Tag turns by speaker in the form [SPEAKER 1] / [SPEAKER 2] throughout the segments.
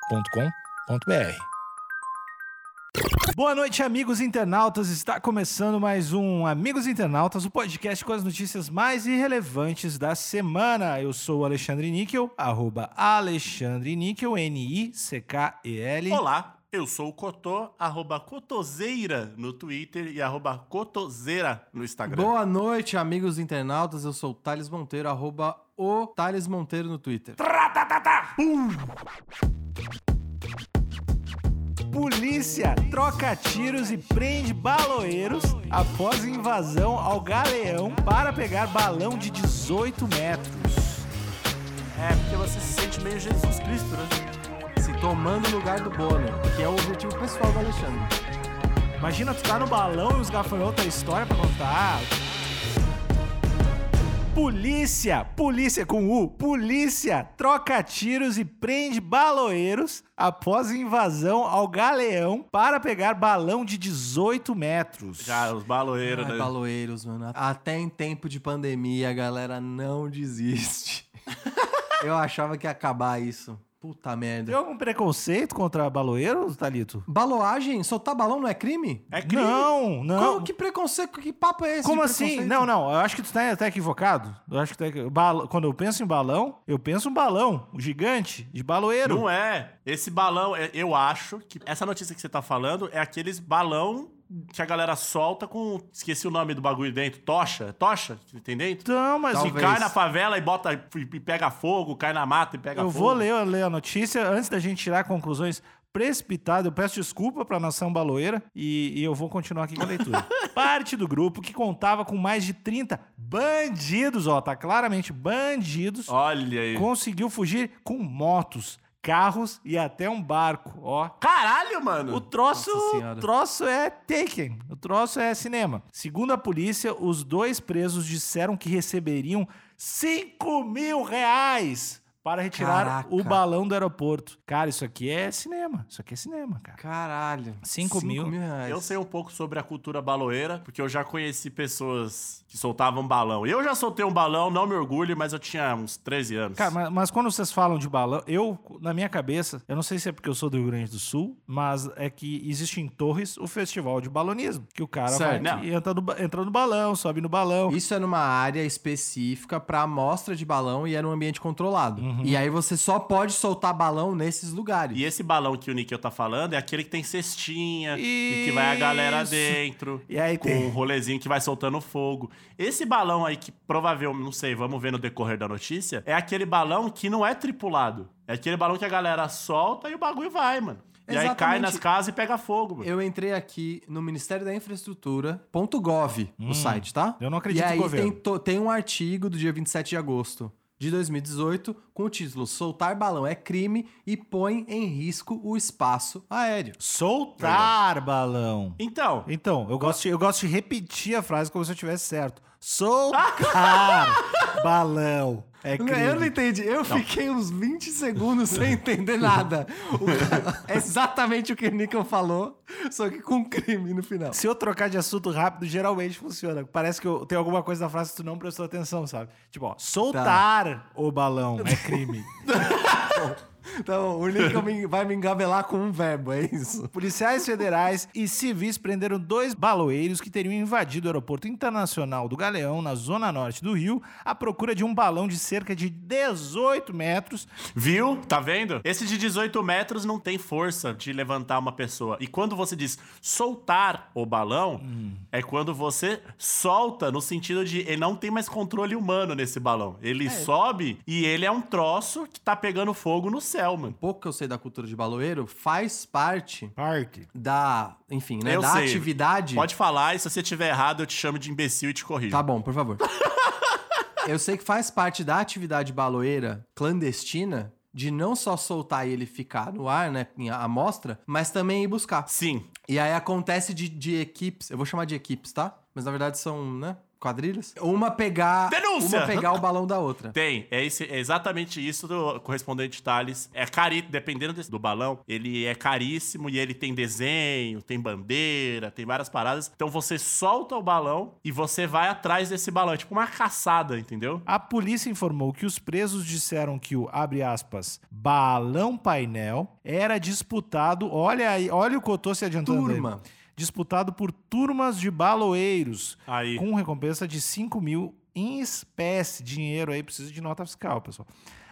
[SPEAKER 1] agenciadepodcast.com.br.
[SPEAKER 2] Boa noite, amigos internautas. Está começando mais um Amigos Internautas, o podcast com as notícias mais irrelevantes da semana. Eu sou o Alexandre Níquel, arroba Alexandre Níquel, N-I-C-K-E-L.
[SPEAKER 3] Olá, eu sou o Cotô, arroba Cotoseira no Twitter e arroba Cotoseira no Instagram.
[SPEAKER 4] Boa noite, amigos internautas. Eu sou o Thales Monteiro, arroba o Thales Monteiro no Twitter.
[SPEAKER 2] Polícia troca tiros e prende baloeiros após invasão ao galeão para pegar balão de 18 metros.
[SPEAKER 3] É, porque você se sente meio Jesus Cristo, né?
[SPEAKER 4] Se tomando o lugar do Bono, que é o objetivo pessoal do Alexandre.
[SPEAKER 2] Imagina tu tá no balão e os gafanhotos a história pra contar. Polícia, polícia com U, polícia troca tiros e prende baloeiros após invasão ao galeão para pegar balão de 18 metros.
[SPEAKER 3] Já, os baloeiros,
[SPEAKER 4] Ai,
[SPEAKER 3] né?
[SPEAKER 4] baloeiros, mano. Até em tempo de pandemia, a galera não desiste. Eu achava que ia acabar isso. Puta merda.
[SPEAKER 2] Tem algum preconceito contra baloeiros, Thalito?
[SPEAKER 4] Baloagem? Soltar balão não é crime?
[SPEAKER 3] É crime.
[SPEAKER 2] Não, não.
[SPEAKER 4] Como que preconceito? Que papo é esse?
[SPEAKER 2] Como
[SPEAKER 4] de
[SPEAKER 2] assim?
[SPEAKER 4] preconceito?
[SPEAKER 2] Não, não. Eu acho que tu tá até equivocado. Eu acho que tu é... bal- Quando eu penso em balão, eu penso em um balão, um gigante, de baloeiro.
[SPEAKER 3] Não é. Esse balão, é- eu acho que essa notícia que você tá falando é aqueles balão que a galera solta com. Esqueci o nome do bagulho dentro. Tocha? Tocha? Que Tem dentro?
[SPEAKER 2] Então, mas
[SPEAKER 3] Que
[SPEAKER 4] Talvez.
[SPEAKER 3] cai na favela e bota e pega fogo, cai na mata e pega
[SPEAKER 2] eu
[SPEAKER 3] fogo.
[SPEAKER 2] vou ler, ler a notícia antes da gente tirar conclusões precipitadas. Eu peço desculpa pra nação baloeira e, e eu vou continuar aqui com a leitura. Parte do grupo que contava com mais de 30 bandidos, ó, tá claramente bandidos,
[SPEAKER 3] Olha aí.
[SPEAKER 2] conseguiu fugir com motos, carros e até um barco, ó.
[SPEAKER 3] Caralho,
[SPEAKER 2] O
[SPEAKER 3] mano!
[SPEAKER 2] troço,
[SPEAKER 4] Nossa Senhora.
[SPEAKER 2] o troço é Taken. O troço é cinema. Segundo a polícia, os dois presos disseram que receberiam 5 mil reais para retirar
[SPEAKER 4] Caraca.
[SPEAKER 2] o balão do aeroporto. Cara, isso aqui é cinema. Isso aqui é cinema, cara.
[SPEAKER 4] Caralho.
[SPEAKER 2] Cinco
[SPEAKER 4] Cinco
[SPEAKER 2] mil.
[SPEAKER 4] reais.
[SPEAKER 3] Eu sei um pouco sobre a cultura baloeira, porque eu já conheci pessoas que soltavam balão. Eu já soltei um balão, não me orgulho, mas eu tinha uns 13 anos.
[SPEAKER 2] Cara, mas, mas quando vocês falam de balão, eu, na minha cabeça, eu não sei se é porque eu sou do Rio Grande do Sul, mas é que existe em Torres o festival de balonismo, que o cara
[SPEAKER 4] Certo.
[SPEAKER 2] vai e entra no, ba- entra no balão, sobe no balão.
[SPEAKER 4] Isso é numa área específica pra amostra de balão e é num ambiente controlado.
[SPEAKER 2] Uhum.
[SPEAKER 4] E aí você só pode soltar balão nesses lugares.
[SPEAKER 3] E esse balão que o Nikel tá falando é aquele que tem cestinha e que vai a galera
[SPEAKER 2] Isso.
[SPEAKER 3] dentro.
[SPEAKER 2] E aí
[SPEAKER 3] com
[SPEAKER 2] tem-
[SPEAKER 3] um rolezinho que vai soltando fogo. Esse balão aí que provavelmente, não sei, vamos ver no decorrer da notícia, é aquele balão que não é tripulado. É aquele balão que a galera solta e o bagulho vai, mano. E aí cai
[SPEAKER 4] Exatamente.
[SPEAKER 3] nas casas e pega fogo, mano.
[SPEAKER 4] Eu entrei aqui no Ministério da Infraestrutura.gov, o site, tá?
[SPEAKER 2] Hum. eu não acredito
[SPEAKER 4] e
[SPEAKER 2] no
[SPEAKER 4] aí
[SPEAKER 2] governo.
[SPEAKER 4] Tem, to- tem um artigo do dia 27 de agosto de 2018 com o título Soltar balão é crime e põe em risco o espaço aéreo.
[SPEAKER 2] Soltar balão.
[SPEAKER 3] Então,
[SPEAKER 2] Então, eu gosto, de, eu gosto de repetir a frase como se eu tivesse certo. Soltar balão. É
[SPEAKER 4] Eu não
[SPEAKER 2] crime.
[SPEAKER 4] entendi. Eu fiquei uns 20 segundos sem entender nada. O cara- é exatamente o que o Nickel falou, só que com crime no final.
[SPEAKER 2] Se eu trocar de assunto rápido, geralmente funciona. Parece que eu, tem alguma coisa na frase que tu não prestou atenção, sabe? Tipo, ó, soltar o balão é crime.
[SPEAKER 4] Então, o Nickel me- vai me engabelar com um verbo, é isso.
[SPEAKER 2] Policiais federais e civis prenderam dois baloeiros que teriam invadido o aeroporto internacional do Galeão, na zona norte do Rio, à procura de um balão de cerca de 18 metros
[SPEAKER 3] Viu? Tá vendo? Esse de 18 metros não tem força de levantar uma pessoa. E quando você diz soltar o balão, é quando você solta no sentido de ele não tem mais controle humano nesse balão. Ele sobe e ele é um troço que tá pegando fogo no céu, mano.
[SPEAKER 4] pouco que eu sei da cultura de baloeiro faz parte
[SPEAKER 2] Parte.
[SPEAKER 4] da, enfim, né,
[SPEAKER 3] Eu
[SPEAKER 4] da
[SPEAKER 3] sei.
[SPEAKER 4] atividade.
[SPEAKER 3] Pode falar e se você tiver errado eu te chamo de imbecil e te corrijo.
[SPEAKER 4] Tá bom, por favor. eu sei que faz parte da atividade baloeira clandestina de não só soltar e ele ficar no ar, né, em amostra, mas também ir buscar.
[SPEAKER 3] Sim.
[SPEAKER 4] E aí acontece de, de equipes, eu vou chamar de equipes, tá? Mas na verdade são, né, quadrilhas? Uma pegar.
[SPEAKER 3] Denúncia!
[SPEAKER 4] Uma pegar o balão da outra.
[SPEAKER 3] Tem, é, esse- é exatamente isso do correspondente Thales. É cari, dependendo desse- do balão, ele é caríssimo e ele tem desenho, tem bandeira, tem várias paradas. Então você solta o balão e você vai atrás desse balão. É tipo uma caçada, entendeu?
[SPEAKER 2] A polícia informou que os presos disseram que o, abre aspas, balão painel era disputado, olha aí, olha o Cotô se adiantando aí.
[SPEAKER 4] Turma.
[SPEAKER 2] Disputado por turmas de baloeiros,
[SPEAKER 3] Aí.
[SPEAKER 2] com recompensa de 5 mil em espécie, dinheiro aí, precisa de nota fiscal, pessoal.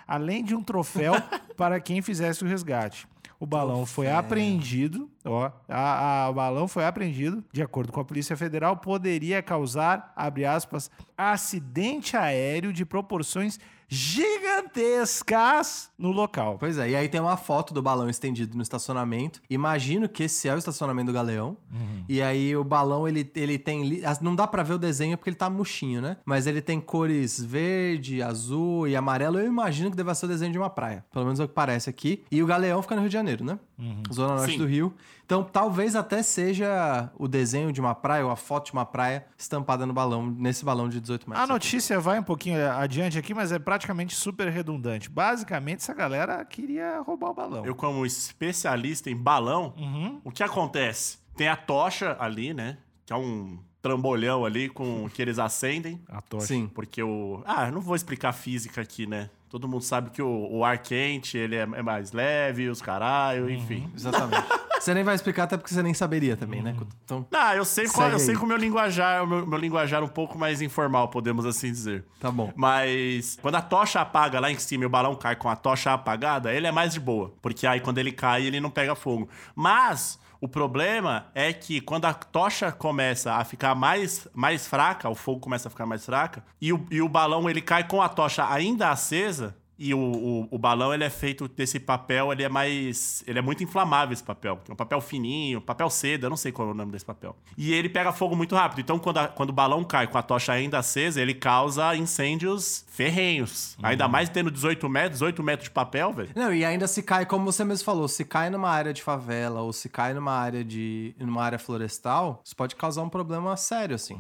[SPEAKER 2] Além de um troféu para quem fizesse o resgate. O balão foi apreendido, ó, a- a- o balão foi apreendido, de acordo com a Polícia Federal, poderia causar, abre aspas, acidente aéreo de proporções gigantescas no local.
[SPEAKER 4] Pois é, e aí tem uma foto do balão estendido no estacionamento. Imagino que esse é o estacionamento do Galeão. E aí o balão, ele, ele tem... li- as- Não dá pra ver o desenho porque ele tá murchinho, né? Mas ele tem cores verde, azul e amarelo. Eu imagino que deva ser o desenho de uma praia. Pelo menos é o que parece aqui. E o Galeão fica no Rio de Janeiro, né? Zona Norte
[SPEAKER 3] Sim.
[SPEAKER 4] do Rio. Então talvez até seja o desenho de uma praia ou a foto de uma praia estampada no balão, nesse balão de 18 metros.
[SPEAKER 2] A notícia vai um pouquinho adiante aqui, mas é praticamente super redundante. Basicamente, essa galera queria roubar o balão.
[SPEAKER 3] Eu, como especialista em balão,
[SPEAKER 2] Uhum.
[SPEAKER 3] o que acontece? Tem a tocha ali, né? Que é um trambolhão ali com que eles acendem.
[SPEAKER 2] A tocha.
[SPEAKER 4] Sim.
[SPEAKER 3] Porque o. Ah, eu não vou explicar física aqui, né? Todo mundo sabe que o, o ar quente ele é, é mais leve, os
[SPEAKER 4] Uhum.
[SPEAKER 3] caralho, enfim.
[SPEAKER 4] Exatamente. você nem vai explicar até porque você nem saberia também, né? Então...
[SPEAKER 3] Ah, eu sei qual,
[SPEAKER 4] Segue
[SPEAKER 3] eu sei
[SPEAKER 4] aí.
[SPEAKER 3] que o meu linguajar, o meu, meu linguajar um pouco mais informal, podemos assim dizer.
[SPEAKER 4] Tá bom.
[SPEAKER 3] Mas quando a tocha apaga lá em cima e o balão cai com a tocha apagada, ele é mais de boa. Porque aí quando ele cai, ele não pega fogo. Mas o problema é que quando a tocha começa a ficar mais, mais fraca, o fogo começa a ficar mais fraca, e o, e o balão ele cai com a tocha ainda acesa. E o, o, o balão ele é feito desse papel, ele é mais. Ele é muito inflamável esse papel. É um papel fininho, papel seda, eu não sei qual é o nome desse papel. E ele pega fogo muito rápido. Então, quando, a- quando o balão cai com a tocha ainda acesa, ele causa incêndios ferrenhos. Ainda mais tendo 18 metros, 18 metros de papel, velho.
[SPEAKER 4] Não, e ainda se cai, como você mesmo falou, se cai numa área de favela ou se cai numa área de. numa área florestal, isso pode causar um problema sério, assim.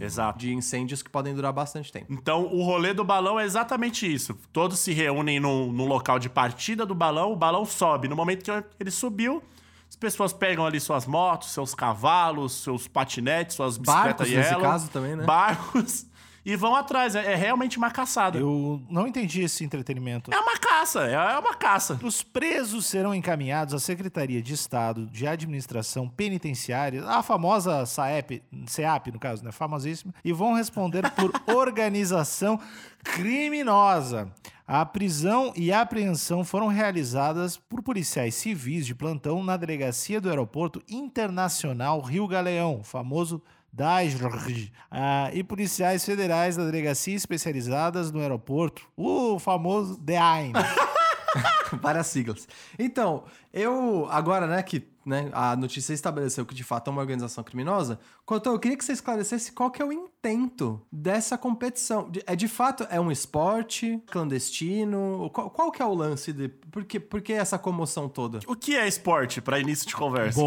[SPEAKER 3] Exato.
[SPEAKER 4] De incêndios que podem durar bastante tempo.
[SPEAKER 3] Então, o rolê do balão é exatamente isso. Todos se reúnem num, num local de partida do balão, o balão sobe. No momento que ele subiu, as pessoas pegam ali suas motos, seus cavalos, seus patinetes, suas bicicletas
[SPEAKER 4] Barcos, nesse
[SPEAKER 3] yellow,
[SPEAKER 4] caso, também, né?
[SPEAKER 3] Barcos. E vão atrás. É, é realmente uma caçada.
[SPEAKER 2] Eu não entendi esse entretenimento.
[SPEAKER 3] É uma caça, é uma caça.
[SPEAKER 2] Os presos serão encaminhados à Secretaria de Estado de Administração Penitenciária, a famosa SAEP, SEAP no caso, né? Famosíssima, e vão responder por organização criminosa. A prisão e a apreensão foram realizadas por policiais civis de plantão na delegacia do Aeroporto Internacional Rio Galeão, o famoso DASRG, ah, e policiais federais da delegacia especializadas no aeroporto, o famoso DEAIN.
[SPEAKER 4] Várias siglas. Então, eu. Agora, né, que né, a notícia estabeleceu que de fato é uma organização criminosa, Cotô, eu queria que você esclarecesse qual que é o intento dessa competição. De- É de fato, é um esporte clandestino? Qual, qual que é o lance de. Por que, por que essa comoção toda?
[SPEAKER 3] O que é esporte, pra início de conversa?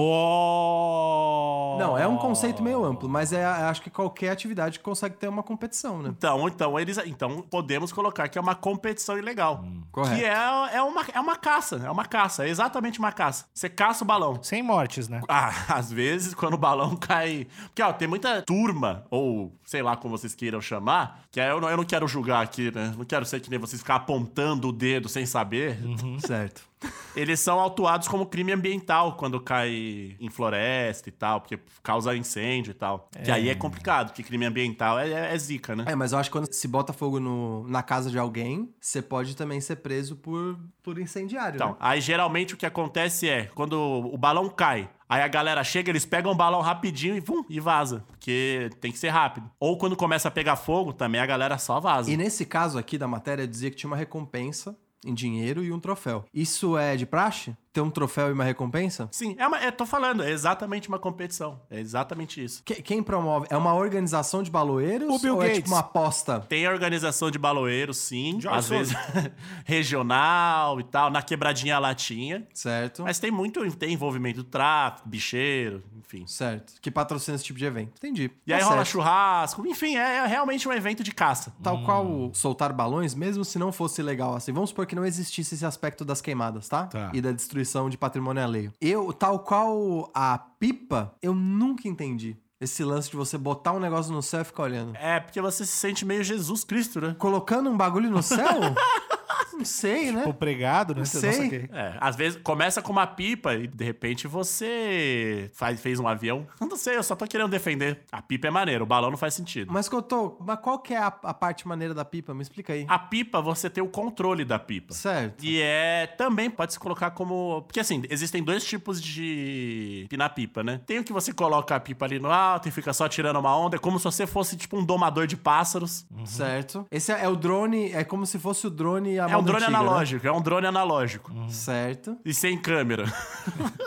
[SPEAKER 2] Boa!
[SPEAKER 4] Não, é um
[SPEAKER 3] Oh.
[SPEAKER 4] conceito meio amplo, mas é, acho que qualquer atividade que consegue ter uma competição, né?
[SPEAKER 3] Então, então, eles, então, podemos colocar que é uma competição ilegal.
[SPEAKER 4] Hum.
[SPEAKER 3] Que é, é, uma, é uma caça, é uma caça, é exatamente uma caça. Você caça o balão.
[SPEAKER 2] Sem mortes, né?
[SPEAKER 3] Ah, às vezes, quando o balão cai. Porque, ó, tem muita turma, ou sei lá como vocês queiram chamar, que aí eu não, eu não quero julgar aqui, né? Não quero ser que nem vocês ficar apontando o dedo sem saber.
[SPEAKER 4] Certo.
[SPEAKER 3] Eles são autuados como crime ambiental quando cai em floresta e tal, porque causa incêndio e tal. Que aí é complicado, porque crime ambiental é, é- é zica, né?
[SPEAKER 4] É, mas eu acho que quando se bota fogo no- na casa de alguém, você pode também ser preso por, por incendiário.
[SPEAKER 3] Então,
[SPEAKER 4] né?
[SPEAKER 3] aí geralmente o que acontece é, quando o balão cai, aí a galera chega, eles pegam o balão rapidinho e vum, e vaza. Porque tem que ser rápido. Ou quando começa a pegar fogo, também a galera só vaza.
[SPEAKER 4] E nesse caso aqui da matéria, dizia que tinha uma recompensa em dinheiro e um troféu. Isso é de praxe? ter um troféu e uma recompensa?
[SPEAKER 3] Sim, é uma, é, tô falando, é exatamente uma competição. É exatamente isso.
[SPEAKER 4] Que- quem promove? É uma organização de baloeiros
[SPEAKER 2] O Bill
[SPEAKER 4] ou é
[SPEAKER 2] Gates.
[SPEAKER 4] tipo uma aposta?
[SPEAKER 3] Tem a organização de baloeiros, sim.
[SPEAKER 2] Jorge
[SPEAKER 3] às vezes regional e tal, na quebradinha latinha.
[SPEAKER 4] Certo.
[SPEAKER 3] Mas tem muito, tem envolvimento do tráfico, bicheiro, enfim.
[SPEAKER 4] Certo. Que patrocina esse tipo de evento. Entendi.
[SPEAKER 3] E
[SPEAKER 4] Tá
[SPEAKER 3] aí rola
[SPEAKER 4] certo.
[SPEAKER 3] churrasco, enfim, é, é realmente um evento de caça.
[SPEAKER 4] Tal qual
[SPEAKER 3] Hum.
[SPEAKER 4] o soltar balões, mesmo se não fosse legal assim. Vamos supor que não existisse esse aspecto das queimadas, tá?
[SPEAKER 2] Tá.
[SPEAKER 4] E da destruição de patrimônio alheio. Eu, tal qual a pipa, eu nunca entendi. Esse lance de você botar um negócio no céu e ficar olhando.
[SPEAKER 3] É, porque você se sente meio Jesus Cristo, né?
[SPEAKER 4] Colocando um bagulho no céu? não sei, né?
[SPEAKER 2] Tipo, pregado, né?
[SPEAKER 4] Não
[SPEAKER 2] Sei.
[SPEAKER 4] sei.
[SPEAKER 2] saquei.
[SPEAKER 3] É, às vezes começa com uma pipa e de repente você faz, fez um avião. Eu Não sei, eu só tô querendo defender. A pipa é maneira, o balão não faz sentido.
[SPEAKER 4] Mas que eu tô. Mas qual que é a, a parte maneira da pipa? Me explica aí.
[SPEAKER 3] A pipa, você tem o controle da pipa.
[SPEAKER 4] Certo.
[SPEAKER 3] E é. Também pode se colocar como. Porque assim, existem dois tipos de pinar-pipa, né? Tem o que você coloca a pipa ali no alto e fica só tirando uma onda, é como se você fosse tipo um domador de pássaros.
[SPEAKER 4] Certo. Esse é, é o drone. É como se fosse o drone. à
[SPEAKER 3] É um
[SPEAKER 4] moda
[SPEAKER 3] drone
[SPEAKER 4] antiga, né? Hum.
[SPEAKER 3] analógico, é um drone analógico.
[SPEAKER 4] Certo.
[SPEAKER 3] E sem câmera.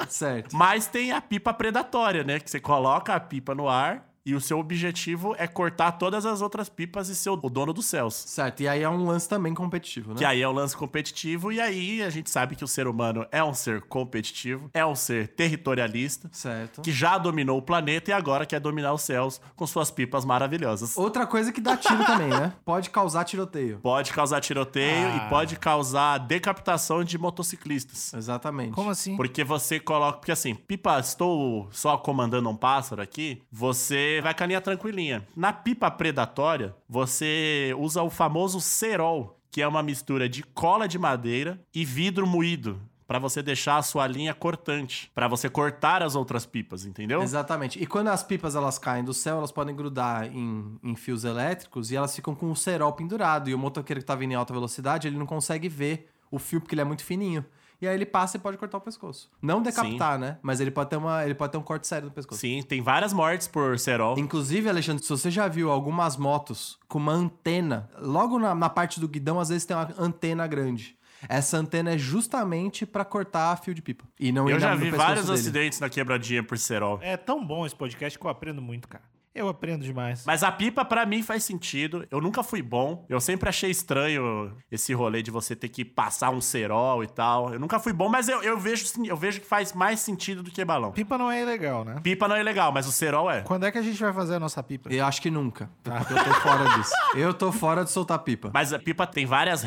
[SPEAKER 4] Certo.
[SPEAKER 3] Mas tem a pipa predatória, né? Que você coloca a pipa no ar e o seu objetivo é cortar todas as outras pipas e ser o dono dos céus.
[SPEAKER 4] Certo. E aí é um lance também competitivo, né?
[SPEAKER 3] Que aí é o lance competitivo, e aí a gente sabe que o ser humano é um ser competitivo, é um ser territorialista,
[SPEAKER 4] Certo.
[SPEAKER 3] que já dominou o planeta e agora quer dominar os céus com suas pipas maravilhosas.
[SPEAKER 4] Outra coisa que dá tiro também, né? Pode causar tiroteio.
[SPEAKER 3] Pode causar tiroteio
[SPEAKER 2] Ah.
[SPEAKER 3] e pode causar decapitação de motociclistas.
[SPEAKER 4] Exatamente.
[SPEAKER 2] Como assim?
[SPEAKER 3] Porque você coloca. Porque assim, pipa, estou só comandando um pássaro aqui, você vai com a linha tranquilinha. Na pipa predatória, você usa o famoso cerol, que é uma mistura de cola de madeira e vidro moído. Pra você deixar a sua linha cortante. Pra você cortar as outras pipas, entendeu?
[SPEAKER 4] Exatamente. E quando as pipas elas caem do céu, elas podem grudar em, em fios elétricos e elas ficam com o cerol pendurado. E o motoqueiro que tá vindo em alta velocidade, ele não consegue ver o fio porque ele é muito fininho. E aí ele passa e pode cortar o pescoço. Não decapitar, né? Mas ele pode ter uma, ele pode ter um corte sério no pescoço.
[SPEAKER 3] Sim, tem várias mortes por cerol.
[SPEAKER 4] Inclusive, Alexandre, se você já viu algumas motos com uma antena, logo na, na parte do guidão, às vezes tem uma antena grande. Essa antena é justamente pra cortar fio de pipa. E não ir
[SPEAKER 3] Eu
[SPEAKER 4] na-
[SPEAKER 3] já
[SPEAKER 4] no
[SPEAKER 3] vi
[SPEAKER 4] pescoço
[SPEAKER 3] vários
[SPEAKER 4] dele.
[SPEAKER 3] acidentes na quebradinha por cerol.
[SPEAKER 2] É tão bom esse podcast que eu aprendo muito, cara. Eu aprendo demais.
[SPEAKER 3] Mas a pipa pra mim faz sentido. Eu nunca fui bom. Eu sempre achei estranho esse rolê de você ter que passar um cerol e tal. Eu nunca fui bom, mas eu, eu vejo sim- eu vejo que faz mais sentido do que balão.
[SPEAKER 2] Pipa não é ilegal, né?
[SPEAKER 3] Pipa não é legal, mas o cerol é.
[SPEAKER 2] Quando é que a gente vai fazer a nossa pipa?
[SPEAKER 4] Eu acho que nunca. Porque eu tô fora disso. Eu tô fora de soltar pipa.
[SPEAKER 3] Mas a pipa tem várias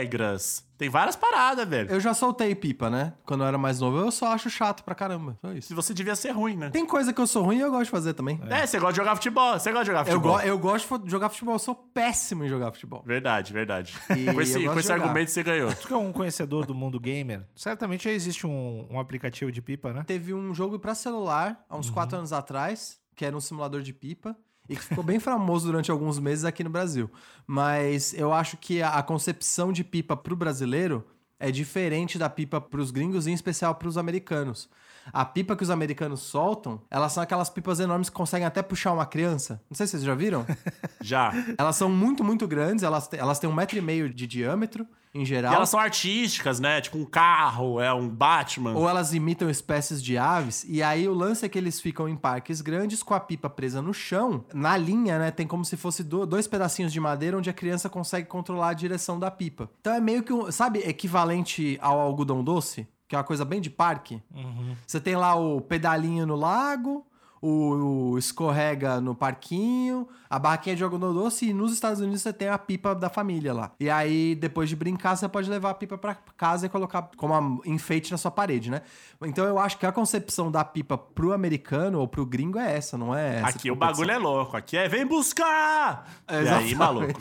[SPEAKER 3] regras, tem várias paradas, velho.
[SPEAKER 4] Eu já soltei pipa, né? Quando eu era mais novo, eu só acho chato pra caramba. Só
[SPEAKER 3] Se
[SPEAKER 4] isso.
[SPEAKER 3] você devia ser ruim, né?
[SPEAKER 4] Tem coisa que eu sou ruim e eu gosto de fazer também.
[SPEAKER 3] É, você gosta de jogar futebol, você gosta de jogar
[SPEAKER 4] Eu,
[SPEAKER 3] futebol.
[SPEAKER 4] go eu gosto de fu- jogar futebol, eu sou péssimo em jogar futebol.
[SPEAKER 3] Verdade, verdade.
[SPEAKER 4] E
[SPEAKER 3] com
[SPEAKER 4] eu
[SPEAKER 3] esse,
[SPEAKER 4] gosto
[SPEAKER 3] com
[SPEAKER 4] de
[SPEAKER 3] esse
[SPEAKER 4] jogar.
[SPEAKER 3] argumento você ganhou.
[SPEAKER 2] Tu que é um conhecedor do mundo gamer, certamente já existe um, um aplicativo de pipa, né?
[SPEAKER 4] Teve um jogo pra celular, há uns quatro anos atrás, que era um simulador de pipa. E que ficou bem famoso durante alguns meses aqui no Brasil. Mas eu acho que a a concepção de pipa pro brasileiro é diferente da pipa pros gringos e em especial pros americanos. A pipa que os americanos soltam, elas são aquelas pipas enormes que conseguem até puxar uma criança. Não sei se vocês já viram.
[SPEAKER 3] Já.
[SPEAKER 4] Elas são muito, muito grandes. Elas, te- elas têm um metro e meio de diâmetro, em
[SPEAKER 3] E
[SPEAKER 4] geral.
[SPEAKER 3] elas são artísticas, né? Tipo um carro, é um Batman.
[SPEAKER 4] Ou elas imitam espécies de aves. E aí o lance é que eles ficam em parques grandes com a pipa presa no chão. Na linha, né? Tem como se fosse do- dois pedacinhos de madeira onde a criança consegue controlar a direção da pipa. Então é meio que um, sabe, equivalente ao algodão doce? Que é uma coisa bem de parque. Você tem lá o pedalinho no lago, o, o escorrega no parquinho, a barraquinha de algodão doce e nos Estados Unidos você tem a pipa da família lá. E aí, depois de brincar, você pode levar a pipa pra casa e colocar como am- enfeite na sua parede, né? Então eu acho que a concepção da pipa pro americano ou pro gringo é essa, não é essa.
[SPEAKER 3] Aqui o bagulho é louco. Aqui é vem buscar! E aí,
[SPEAKER 4] Exatamente.
[SPEAKER 3] maluco.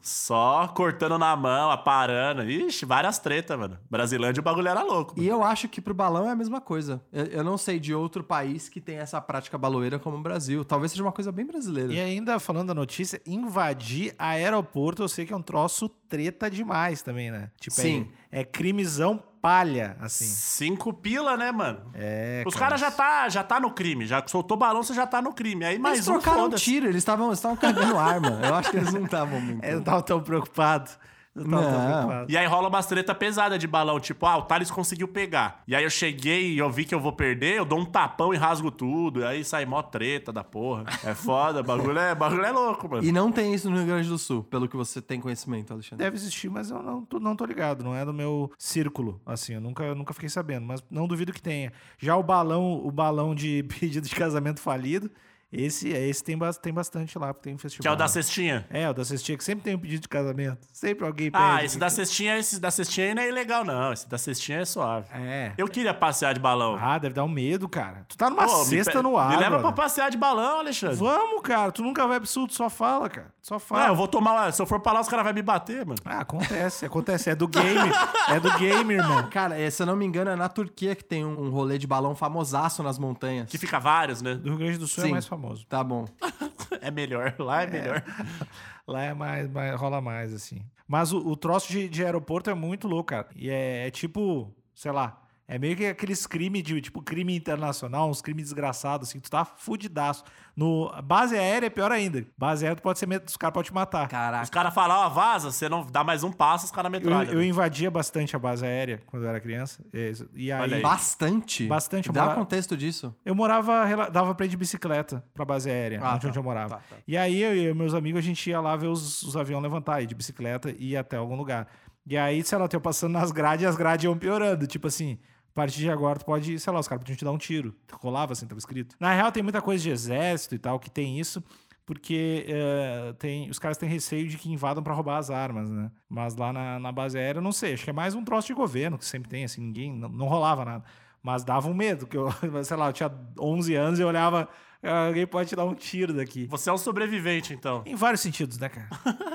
[SPEAKER 3] Só cortando na mão, aparando. Ixi, várias tretas, mano. Brasilândia o bagulho era louco.
[SPEAKER 4] E eu acho que pro balão é a mesma coisa. Eu, eu não sei de outro país que tem essa prática baloeira como o Brasil. Talvez seja uma coisa bem brasileira.
[SPEAKER 2] E ainda falando da notícia, invadir aeroporto, eu sei que é um troço treta demais também, né? Tipo,
[SPEAKER 4] Sim.
[SPEAKER 2] É, é crimezão palha, assim.
[SPEAKER 3] Cinco pila, né, mano?
[SPEAKER 2] É,
[SPEAKER 3] Os caras já tá, já tá no crime. Já soltou balão, você já tá no crime. Aí mais
[SPEAKER 4] eles
[SPEAKER 3] um,
[SPEAKER 4] trocaram um
[SPEAKER 3] foda-se.
[SPEAKER 2] É,
[SPEAKER 4] tiro, eles estavam eles estavam carregando arma. Eu acho que eles não estavam muito.
[SPEAKER 2] Eu não tava tão preocupado. Eu tava tão
[SPEAKER 4] Não.
[SPEAKER 2] preocupado.
[SPEAKER 3] E aí rola uma treta pesada de balão, tipo, ah, o Thales conseguiu pegar. E aí eu cheguei e eu vi que eu vou perder, eu dou um tapão e rasgo tudo. E aí sai mó treta da porra. É foda, bagulho é, bagulho é louco, mano.
[SPEAKER 4] E não tem isso no Rio Grande do Sul, pelo que você tem conhecimento, Alexandre.
[SPEAKER 2] Deve existir, mas eu não tô, não tô ligado. Não é do meu círculo, assim. Eu nunca, nunca fiquei sabendo, mas não duvido que tenha. Já o balão, o balão de pedido de casamento falido, esse, esse tem, bas- tem bastante lá, porque tem um festival.
[SPEAKER 3] Que é o da cestinha.
[SPEAKER 2] É, o da cestinha, que sempre tem um pedido de casamento. Sempre alguém pede.
[SPEAKER 3] Ah, esse da cestinha, esse da cestinha aí não é ilegal, não. Esse da cestinha é suave.
[SPEAKER 2] É.
[SPEAKER 3] Eu queria passear de balão.
[SPEAKER 2] Ah, deve dar um medo, cara. Tu tá numa
[SPEAKER 3] Pô, me
[SPEAKER 2] cesta
[SPEAKER 3] pe-
[SPEAKER 2] no ar.
[SPEAKER 3] Me leva pra
[SPEAKER 2] brother.
[SPEAKER 3] passear de balão, Alexandre.
[SPEAKER 2] Vamos, cara. Tu nunca vai pro sul, tu só fala, cara. Só fala.
[SPEAKER 3] Ah, eu vou tomar. Se eu for pra lá, os caras vão me bater, mano.
[SPEAKER 2] Ah, acontece, acontece. É do game. é do game, irmão.
[SPEAKER 4] Cara, é, se eu não me engano, é na Turquia que tem um, um rolê de balão famosaço nas montanhas.
[SPEAKER 3] Que fica vários, né?
[SPEAKER 2] Do Rio Grande do Sul é
[SPEAKER 4] Sim.
[SPEAKER 2] mais famoso.
[SPEAKER 4] Tá bom.
[SPEAKER 3] É melhor. Lá é melhor.
[SPEAKER 2] Lá é mais, mais- rola mais, assim. Mas o, o troço de, de aeroporto é muito louco, cara. E é, é tipo, sei lá, é meio que aqueles crimes de, tipo, crime internacional, uns crimes desgraçados, assim, tu tá fudidaço. No, a base aérea é pior ainda. Base aérea tu pode ser, met- os caras podem te matar.
[SPEAKER 3] Os
[SPEAKER 4] Caraca.
[SPEAKER 3] caras falam, ó, vaza, você não dá mais um passo, os caras
[SPEAKER 2] Eu,
[SPEAKER 3] metralham.
[SPEAKER 2] eu invadia bastante a base aérea quando eu era criança. É, E aí,
[SPEAKER 3] Olha aí.
[SPEAKER 4] Bastante.
[SPEAKER 2] Bastante, eu
[SPEAKER 4] Dá
[SPEAKER 2] morava-
[SPEAKER 4] contexto disso.
[SPEAKER 2] eu morava, rela- dava pra ir de bicicleta pra base aérea,
[SPEAKER 4] Ah,
[SPEAKER 2] onde,
[SPEAKER 4] tá,
[SPEAKER 2] onde eu morava.
[SPEAKER 4] tá, tá.
[SPEAKER 2] E aí eu e meus amigos, a gente ia lá ver os, os aviões levantar, ir de bicicleta e ir até algum lugar. E aí, sei lá, tu ia passando nas grades e as grades iam piorando. Tipo assim, a partir de agora tu pode, sei lá, os caras podiam te dar um tiro. Rolava assim, tava escrito. Na real, tem muita coisa de exército e tal que tem isso. Porque eh, tem, os caras têm receio de que invadam pra roubar as armas, né? Mas lá na, na base aérea, eu não sei, acho que é mais um troço de governo que sempre tem, assim, ninguém, não, não rolava nada. Mas dava um medo, que eu, sei lá, eu tinha 11 anos e eu olhava, "Ah, alguém pode te dar um tiro daqui.
[SPEAKER 3] Você é um sobrevivente, então.
[SPEAKER 2] Em vários sentidos, né, cara?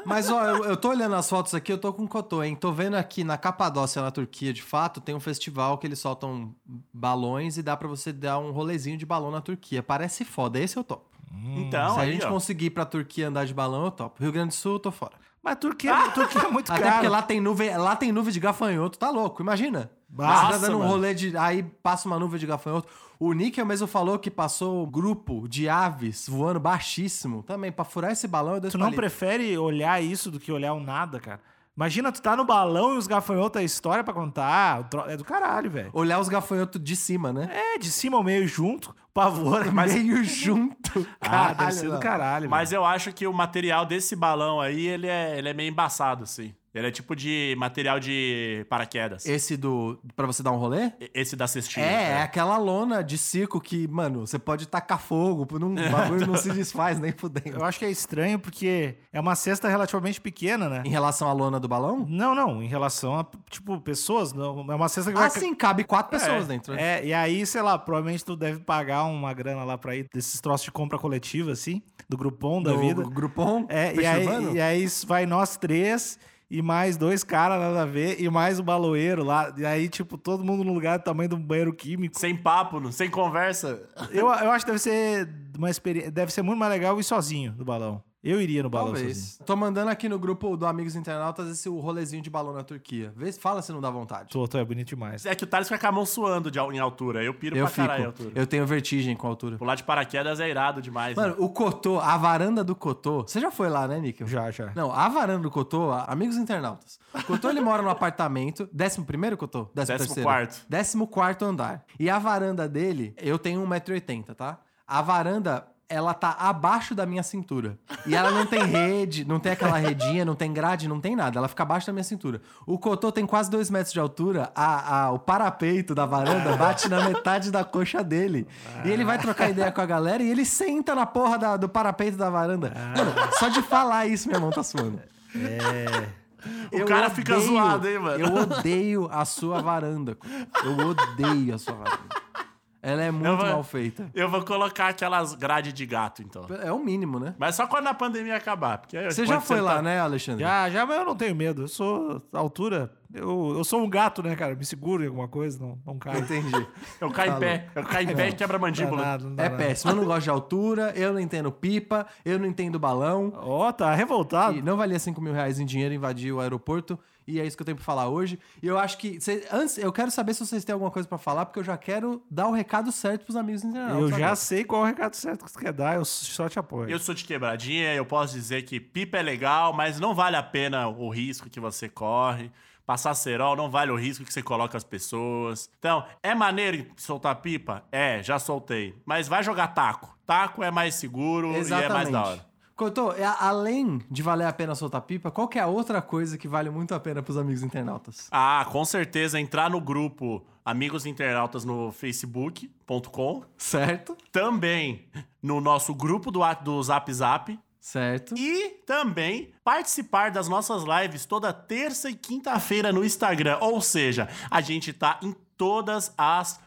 [SPEAKER 4] Mas, ó, eu, eu tô olhando as fotos aqui, eu tô com cotô, hein? Tô vendo aqui na Capadócia, na Turquia, de fato, tem um festival que eles soltam balões e dá pra você dar um rolezinho de balão na Turquia. Parece foda, esse eu topo.
[SPEAKER 3] Então,
[SPEAKER 4] Se a
[SPEAKER 3] aí,
[SPEAKER 4] gente
[SPEAKER 3] ó.
[SPEAKER 4] conseguir ir pra Turquia andar de balão, eu topo. Rio Grande do Sul, eu tô fora.
[SPEAKER 2] Mas Turquia, Turquia é muito
[SPEAKER 4] Até
[SPEAKER 2] caro.
[SPEAKER 4] porque lá tem nuvem, lá tem nuvem de gafanhoto, tá louco, imagina.
[SPEAKER 2] Nossa,
[SPEAKER 4] você tá dando um
[SPEAKER 3] mano.
[SPEAKER 4] rolê de. Aí passa uma nuvem de gafanhoto. O Níquel mesmo falou que passou um grupo de aves voando baixíssimo também. Pra furar esse balão, eu dei
[SPEAKER 2] Tu não prefere olhar isso do que olhar o nada, cara? Imagina, tu tá no balão e os gafanhotos a história pra contar. o tro- É do caralho, velho.
[SPEAKER 4] Olhar os gafanhotos de cima, né?
[SPEAKER 2] É, de cima ao meio junto, pavor, É, mas.
[SPEAKER 4] Meio junto.
[SPEAKER 2] Ah, deve
[SPEAKER 4] é Caralho,
[SPEAKER 2] ser do
[SPEAKER 4] não.
[SPEAKER 2] caralho.
[SPEAKER 3] Mas eu acho que o material desse balão aí, ele é, ele é meio embaçado, assim. Ele é tipo de material de paraquedas.
[SPEAKER 4] Esse do. Pra você dar um rolê?
[SPEAKER 3] E- Esse da cestinha. né?
[SPEAKER 4] É, é aquela lona de circo que, mano, você pode tacar fogo, não, o bagulho não se desfaz nem
[SPEAKER 2] velho.
[SPEAKER 4] fudendo.
[SPEAKER 2] Eu acho que é estranho porque é uma cesta relativamente pequena, né?
[SPEAKER 4] Em relação à lona do balão?
[SPEAKER 2] Não, não, em relação a, tipo, pessoas, não, é uma cesta que vai...
[SPEAKER 4] Ah, sim, cabe quatro pessoas dentro. né?
[SPEAKER 2] É, e aí, sei lá, provavelmente tu deve pagar uma grana lá pra ir desses troços de compra coletiva, assim, do Groupon da
[SPEAKER 4] Do um?
[SPEAKER 2] vida.
[SPEAKER 4] Groupon?
[SPEAKER 2] É, e
[SPEAKER 4] peixe
[SPEAKER 2] aí,
[SPEAKER 4] urbano?
[SPEAKER 2] e aí isso vai nós três e mais dois caras nada a ver e mais o baloeiro lá. E aí, tipo, todo mundo no lugar do tamanho de um banheiro químico.
[SPEAKER 3] Sem papo, não- sem conversa.
[SPEAKER 2] Eu, eu acho que deve ser uma experiência. Deve ser muito mais legal ir sozinho no balão. Eu iria no balão sozinho.
[SPEAKER 4] Talvez. Tô mandando aqui no grupo do Amigos Internautas esse o rolezinho de balão na Turquia. Vê, se- fala se não dá vontade.
[SPEAKER 2] Tô, tô, é bonito demais.
[SPEAKER 3] É que o Thales fica com a mão suando de, al- em altura. Eu piro
[SPEAKER 4] Eu
[SPEAKER 3] pra caralho em
[SPEAKER 4] fico.
[SPEAKER 3] altura.
[SPEAKER 4] Eu tenho vertigem com a altura.
[SPEAKER 3] Pular de paraquedas é irado demais.
[SPEAKER 4] Mano,
[SPEAKER 3] né?
[SPEAKER 4] o Cotô, a varanda do Cotô. Você já foi lá, né, Níquel?
[SPEAKER 2] Já, já.
[SPEAKER 4] Não, a varanda do Cotô, a- amigos internautas. O Cotô ele mora num apartamento, décimo primeiro Cotô? Décimo,
[SPEAKER 3] Décimo
[SPEAKER 4] terceiro.
[SPEAKER 3] quarto.
[SPEAKER 4] Décimo quarto andar. E a varanda dele, eu tenho 1,80m, tá? A varanda, ela tá abaixo da minha cintura. E ela não tem rede, não tem aquela redinha, não tem grade, não tem nada. Ela fica abaixo da minha cintura. O Cotô tem quase 2 metros de altura, a- a- o parapeito da varanda bate na metade da coxa dele. E ele vai trocar ideia com a galera e ele senta na porra da- do parapeito da varanda. Mano, só de falar isso, minha mão tá suando.
[SPEAKER 3] O cara fica zoado, hein, mano?
[SPEAKER 4] Eu odeio a sua varanda. Cotô. Eu odeio a sua varanda. Ela é muito
[SPEAKER 3] Eu vou-
[SPEAKER 4] mal feita.
[SPEAKER 3] Eu vou colocar aquelas grades de gato, então.
[SPEAKER 4] É o mínimo, né?
[SPEAKER 3] Mas só quando a pandemia acabar. Porque aí eu
[SPEAKER 4] Você
[SPEAKER 3] posso
[SPEAKER 4] já foi
[SPEAKER 3] sentar-
[SPEAKER 4] lá, né, Alexandre?
[SPEAKER 2] Já, já, mas eu não tenho medo. Eu sou altura Eu, eu sou um gato, né, cara? Eu me seguro em alguma coisa, não, não caio.
[SPEAKER 4] Ah, Entendi.
[SPEAKER 3] Eu caio em
[SPEAKER 4] Falou.
[SPEAKER 3] pé. Eu caio em pé e quebra a
[SPEAKER 2] Não dá
[SPEAKER 3] mandíbula.
[SPEAKER 2] nada, não dá
[SPEAKER 4] É
[SPEAKER 2] nada.
[SPEAKER 4] péssimo. Eu não gosto de altura, eu não entendo pipa, eu não entendo balão.
[SPEAKER 2] Ó, tá revoltado.
[SPEAKER 4] E não valia 5 mil reais em dinheiro invadir o aeroporto. E é isso que eu tenho pra falar hoje. E eu acho que. cê- antes, eu quero saber se vocês têm alguma coisa pra falar, porque eu já quero dar o recado certo pros amigos internautas.
[SPEAKER 2] eu já
[SPEAKER 4] agora.
[SPEAKER 2] sei qual é o recado certo que você quer dar, eu só te apoio.
[SPEAKER 3] Eu sou de quebradinha, eu posso dizer que pipa é legal, mas não vale a pena o risco que você corre. Passar cerol não vale o risco que você coloca as pessoas. Então, é maneiro soltar pipa? É, já soltei. Mas vai jogar taco. Taco é mais seguro e é mais da hora.
[SPEAKER 4] Cotô, é- além de valer a pena soltar pipa, qual que é a outra coisa que vale muito a pena pros amigos internautas?
[SPEAKER 3] Ah, com certeza entrar no grupo Amigos Internautas no facebook.com,
[SPEAKER 4] Certo?
[SPEAKER 3] também no nosso grupo do, Whats- do Zap Zap
[SPEAKER 4] Certo.
[SPEAKER 3] e também participar das nossas lives toda terça e quinta-feira no Instagram. Ou seja, a gente tá em todas as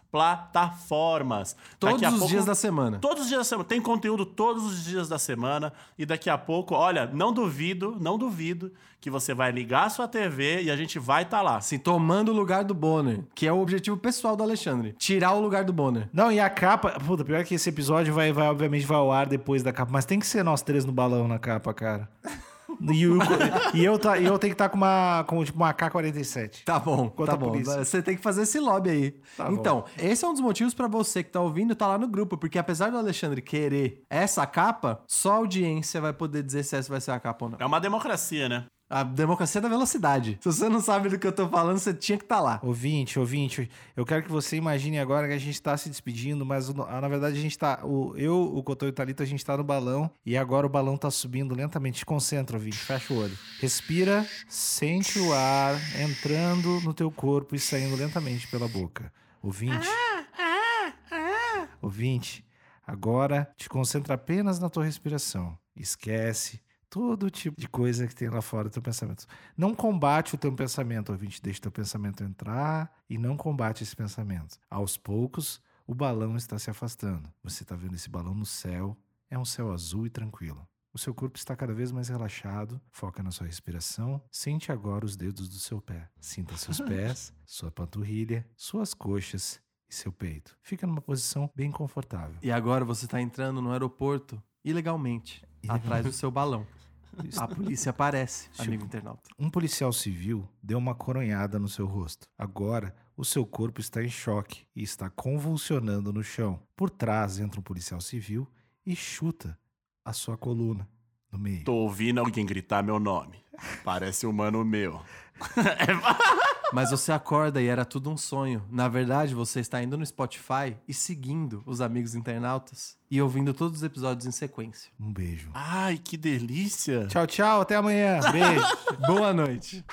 [SPEAKER 3] plataformas.
[SPEAKER 4] Todos
[SPEAKER 3] Daqui a
[SPEAKER 4] os
[SPEAKER 3] pouco-
[SPEAKER 4] dias da semana.
[SPEAKER 3] Todos os dias da semana. Tem conteúdo todos os dias da semana. E daqui a pouco, olha, não duvido, não duvido que você vai ligar a sua TV e a gente vai estar lá.
[SPEAKER 4] Assim, tomando o lugar do Bonner, que é o objetivo pessoal do Alexandre. Tirar o lugar do Bonner.
[SPEAKER 2] Não, e a capa. Puta, pior que esse episódio vai, vai, obviamente, vai ao ar depois da capa. Mas tem que ser nós três no balão na capa, cara. E, o- e eu, tá, e eu tenho que estar com uma, com, tipo, uma K-47.
[SPEAKER 4] Tá bom,
[SPEAKER 2] Quanto à
[SPEAKER 4] tá bom.
[SPEAKER 2] polícia.
[SPEAKER 4] Você tem que fazer esse lobby aí.
[SPEAKER 2] Tá
[SPEAKER 4] então, esse é um dos motivos pra você que tá ouvindo tá lá no grupo, porque apesar do Alexandre querer essa capa, só a audiência vai poder dizer se essa vai ser a capa ou não.
[SPEAKER 3] É uma democracia, né?
[SPEAKER 4] A democracia é da velocidade. Se você não sabe do que eu tô falando, você tinha que estar tá lá.
[SPEAKER 2] Ouvinte, ouvinte, eu quero que você imagine agora que a gente está se despedindo, mas o- ah, na verdade a gente tá. O, eu, o Cotô e o Thalita, a gente tá no balão e agora o balão tá subindo lentamente. Se concentra, ouvinte, fecha o olho. Respira, sente o ar entrando no teu corpo e saindo lentamente pela boca. Ouvinte. Ouvinte, agora te concentra apenas na tua respiração. Esquece todo tipo de coisa que tem lá fora do teu pensamento. Não combate o teu pensamento, ouvinte. Deixa o teu pensamento entrar e não combate esse pensamento. Aos poucos, o balão está se afastando. Você está vendo esse balão no céu. É um céu azul e tranquilo. O seu corpo está cada vez mais relaxado. Foca na sua respiração. Sente agora os dedos do seu pé. Sinta seus pés, sua panturrilha, suas coxas e seu peito. Fica numa posição bem confortável.
[SPEAKER 4] E agora você tá entrando no aeroporto ilegalmente, atrás do seu balão. A polícia aparece, amigo internauta.
[SPEAKER 2] Um policial civil deu uma coronhada no seu rosto. Agora, o seu corpo está em choque e está convulsionando no chão. Por trás entra um policial civil e chuta a sua coluna no meio.
[SPEAKER 3] Tô ouvindo alguém gritar meu nome. Parece um mano meu.
[SPEAKER 4] Mas você acorda e era tudo um sonho. Na verdade, você está indo no Spotify e seguindo os amigos internautas e ouvindo todos os episódios em sequência.
[SPEAKER 2] Um beijo.
[SPEAKER 3] Ai, que delícia!
[SPEAKER 2] Tchau, tchau. Até amanhã. Beijo.
[SPEAKER 4] Boa noite.